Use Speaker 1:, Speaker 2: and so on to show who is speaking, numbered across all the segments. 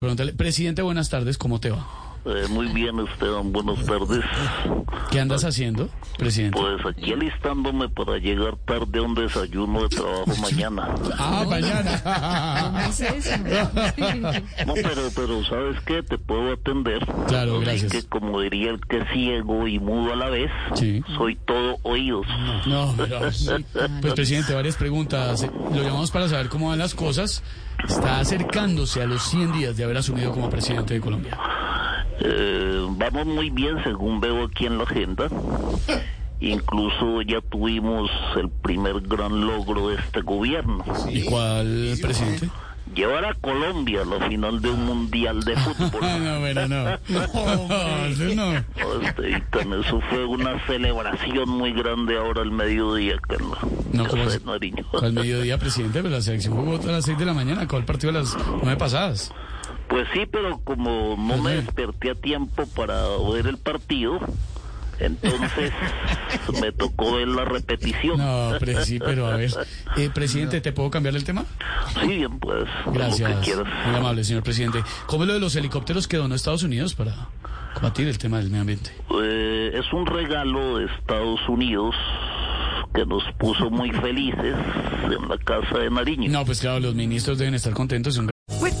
Speaker 1: Pregúntale, presidente, buenas tardes, ¿cómo te va?
Speaker 2: Eh, muy bien, Esteban, buenas tardes.
Speaker 1: ¿Qué andas haciendo, presidente?
Speaker 2: Pues aquí alistándome para llegar tarde a un desayuno de trabajo mañana.
Speaker 1: Ah, mañana.
Speaker 2: No, pero, pero ¿sabes qué? Te puedo atender.
Speaker 1: Claro,
Speaker 2: Así
Speaker 1: gracias.
Speaker 2: que como diría el que es ciego y mudo a la vez,
Speaker 1: Sí.
Speaker 2: soy todo oídos.
Speaker 1: No, pero- pues presidente, varias preguntas. Lo llamamos para saber cómo van las cosas. Está acercándose a los 100 días de haber asumido como presidente de Colombia.
Speaker 2: Eh, vamos muy bien según veo aquí en la agenda. Incluso ya tuvimos el primer gran logro de este gobierno.
Speaker 1: ¿Y cuál presidente?
Speaker 2: Llevar a Colombia a la final de un mundial de fútbol.
Speaker 1: Ah, no, bueno, no. No, no.
Speaker 2: Este, y con eso fue una celebración muy grande ahora al mediodía, Carlos.
Speaker 1: No, pues,
Speaker 2: Café
Speaker 1: ¿cómo es?
Speaker 2: Nariño.
Speaker 1: Al mediodía, presidente, pero la selección jugó a las 6 de la mañana. ¿Cuál partido a las 9 pasadas?
Speaker 2: Pues sí, pero como no me desperté a tiempo para ver el partido, entonces me tocó ver la repetición.
Speaker 1: No, presi, pero a ver. Eh, presidente, ¿te puedo cambiar el tema?
Speaker 2: Sí, bien, pues, lo que
Speaker 1: Gracias. Muy
Speaker 2: quieras.
Speaker 1: amable, señor presidente. ¿Cómo es lo de los helicópteros que donó Estados Unidos para combatir el tema del medio ambiente?
Speaker 2: Eh, es un regalo de Estados Unidos que nos puso muy felices en la casa de Nariño.
Speaker 1: No, pues claro, los ministros deben estar contentos. Un
Speaker 3: With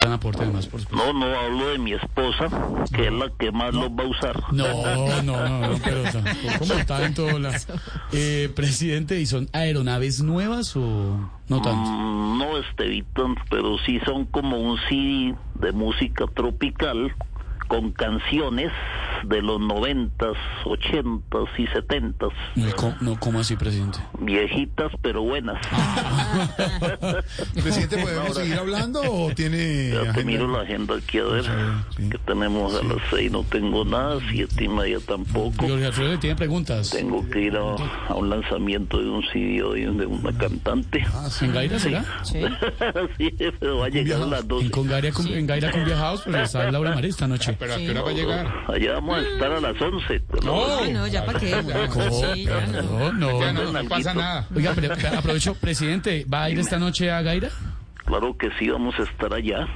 Speaker 1: gran aporte además, por supuesto.
Speaker 2: No, no hablo de mi esposa, que es la que más los va a usar.
Speaker 1: No, no, no, no, pero tampoco como tanto. la- Eh, presidente, ¿y son aeronaves nuevas o no tanto?
Speaker 2: Mm, No, Estevitan, pero sí son como un CD de música tropical con canciones de los noventas, ochentas y setentas.
Speaker 1: No, ¿cómo- no, ¿cómo así, presidente?
Speaker 2: Viejitas pero buenas.
Speaker 4: Ah, Presidente, ¿podemos seguir hablando o tiene
Speaker 2: Ya te
Speaker 4: agenda?
Speaker 2: miro la agenda aquí a ver
Speaker 4: sí.
Speaker 2: que tenemos a las seis, no tengo nada, siete y media tampoco.
Speaker 1: Jorge Alfredo le tiene preguntas.
Speaker 2: Tengo que ir a, a un lanzamiento de un CD hoy de una cantante.
Speaker 4: Ah,
Speaker 1: ¿En Gaira será?
Speaker 2: sí, pero va a llegar a las
Speaker 1: En
Speaker 2: doce.
Speaker 1: Congaria, con, en Gaira Cumbia House, pero está Laura Maré esta noche.
Speaker 4: ¿Pero a qué hora va a llegar?
Speaker 2: Allá vamos a estar a las once.
Speaker 4: no, ya para qué.
Speaker 1: No, no.
Speaker 4: Ya no, no pasa nada.
Speaker 1: Oiga, pero, pero aprovecho, presidente, ¿va a ir esta noche a Gaira?
Speaker 2: Claro que sí, vamos a estar allá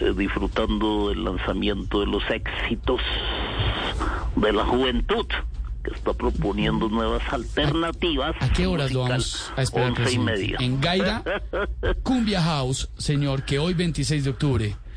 Speaker 2: eh, disfrutando del lanzamiento de los éxitos de la juventud que está proponiendo nuevas alternativas.
Speaker 1: ¿A qué horas lo
Speaker 2: musicales.
Speaker 1: vamos a esperar,
Speaker 2: Once y
Speaker 1: presidente?
Speaker 2: media.
Speaker 1: En Gaira, Cumbia House, señor, que hoy 26 de octubre,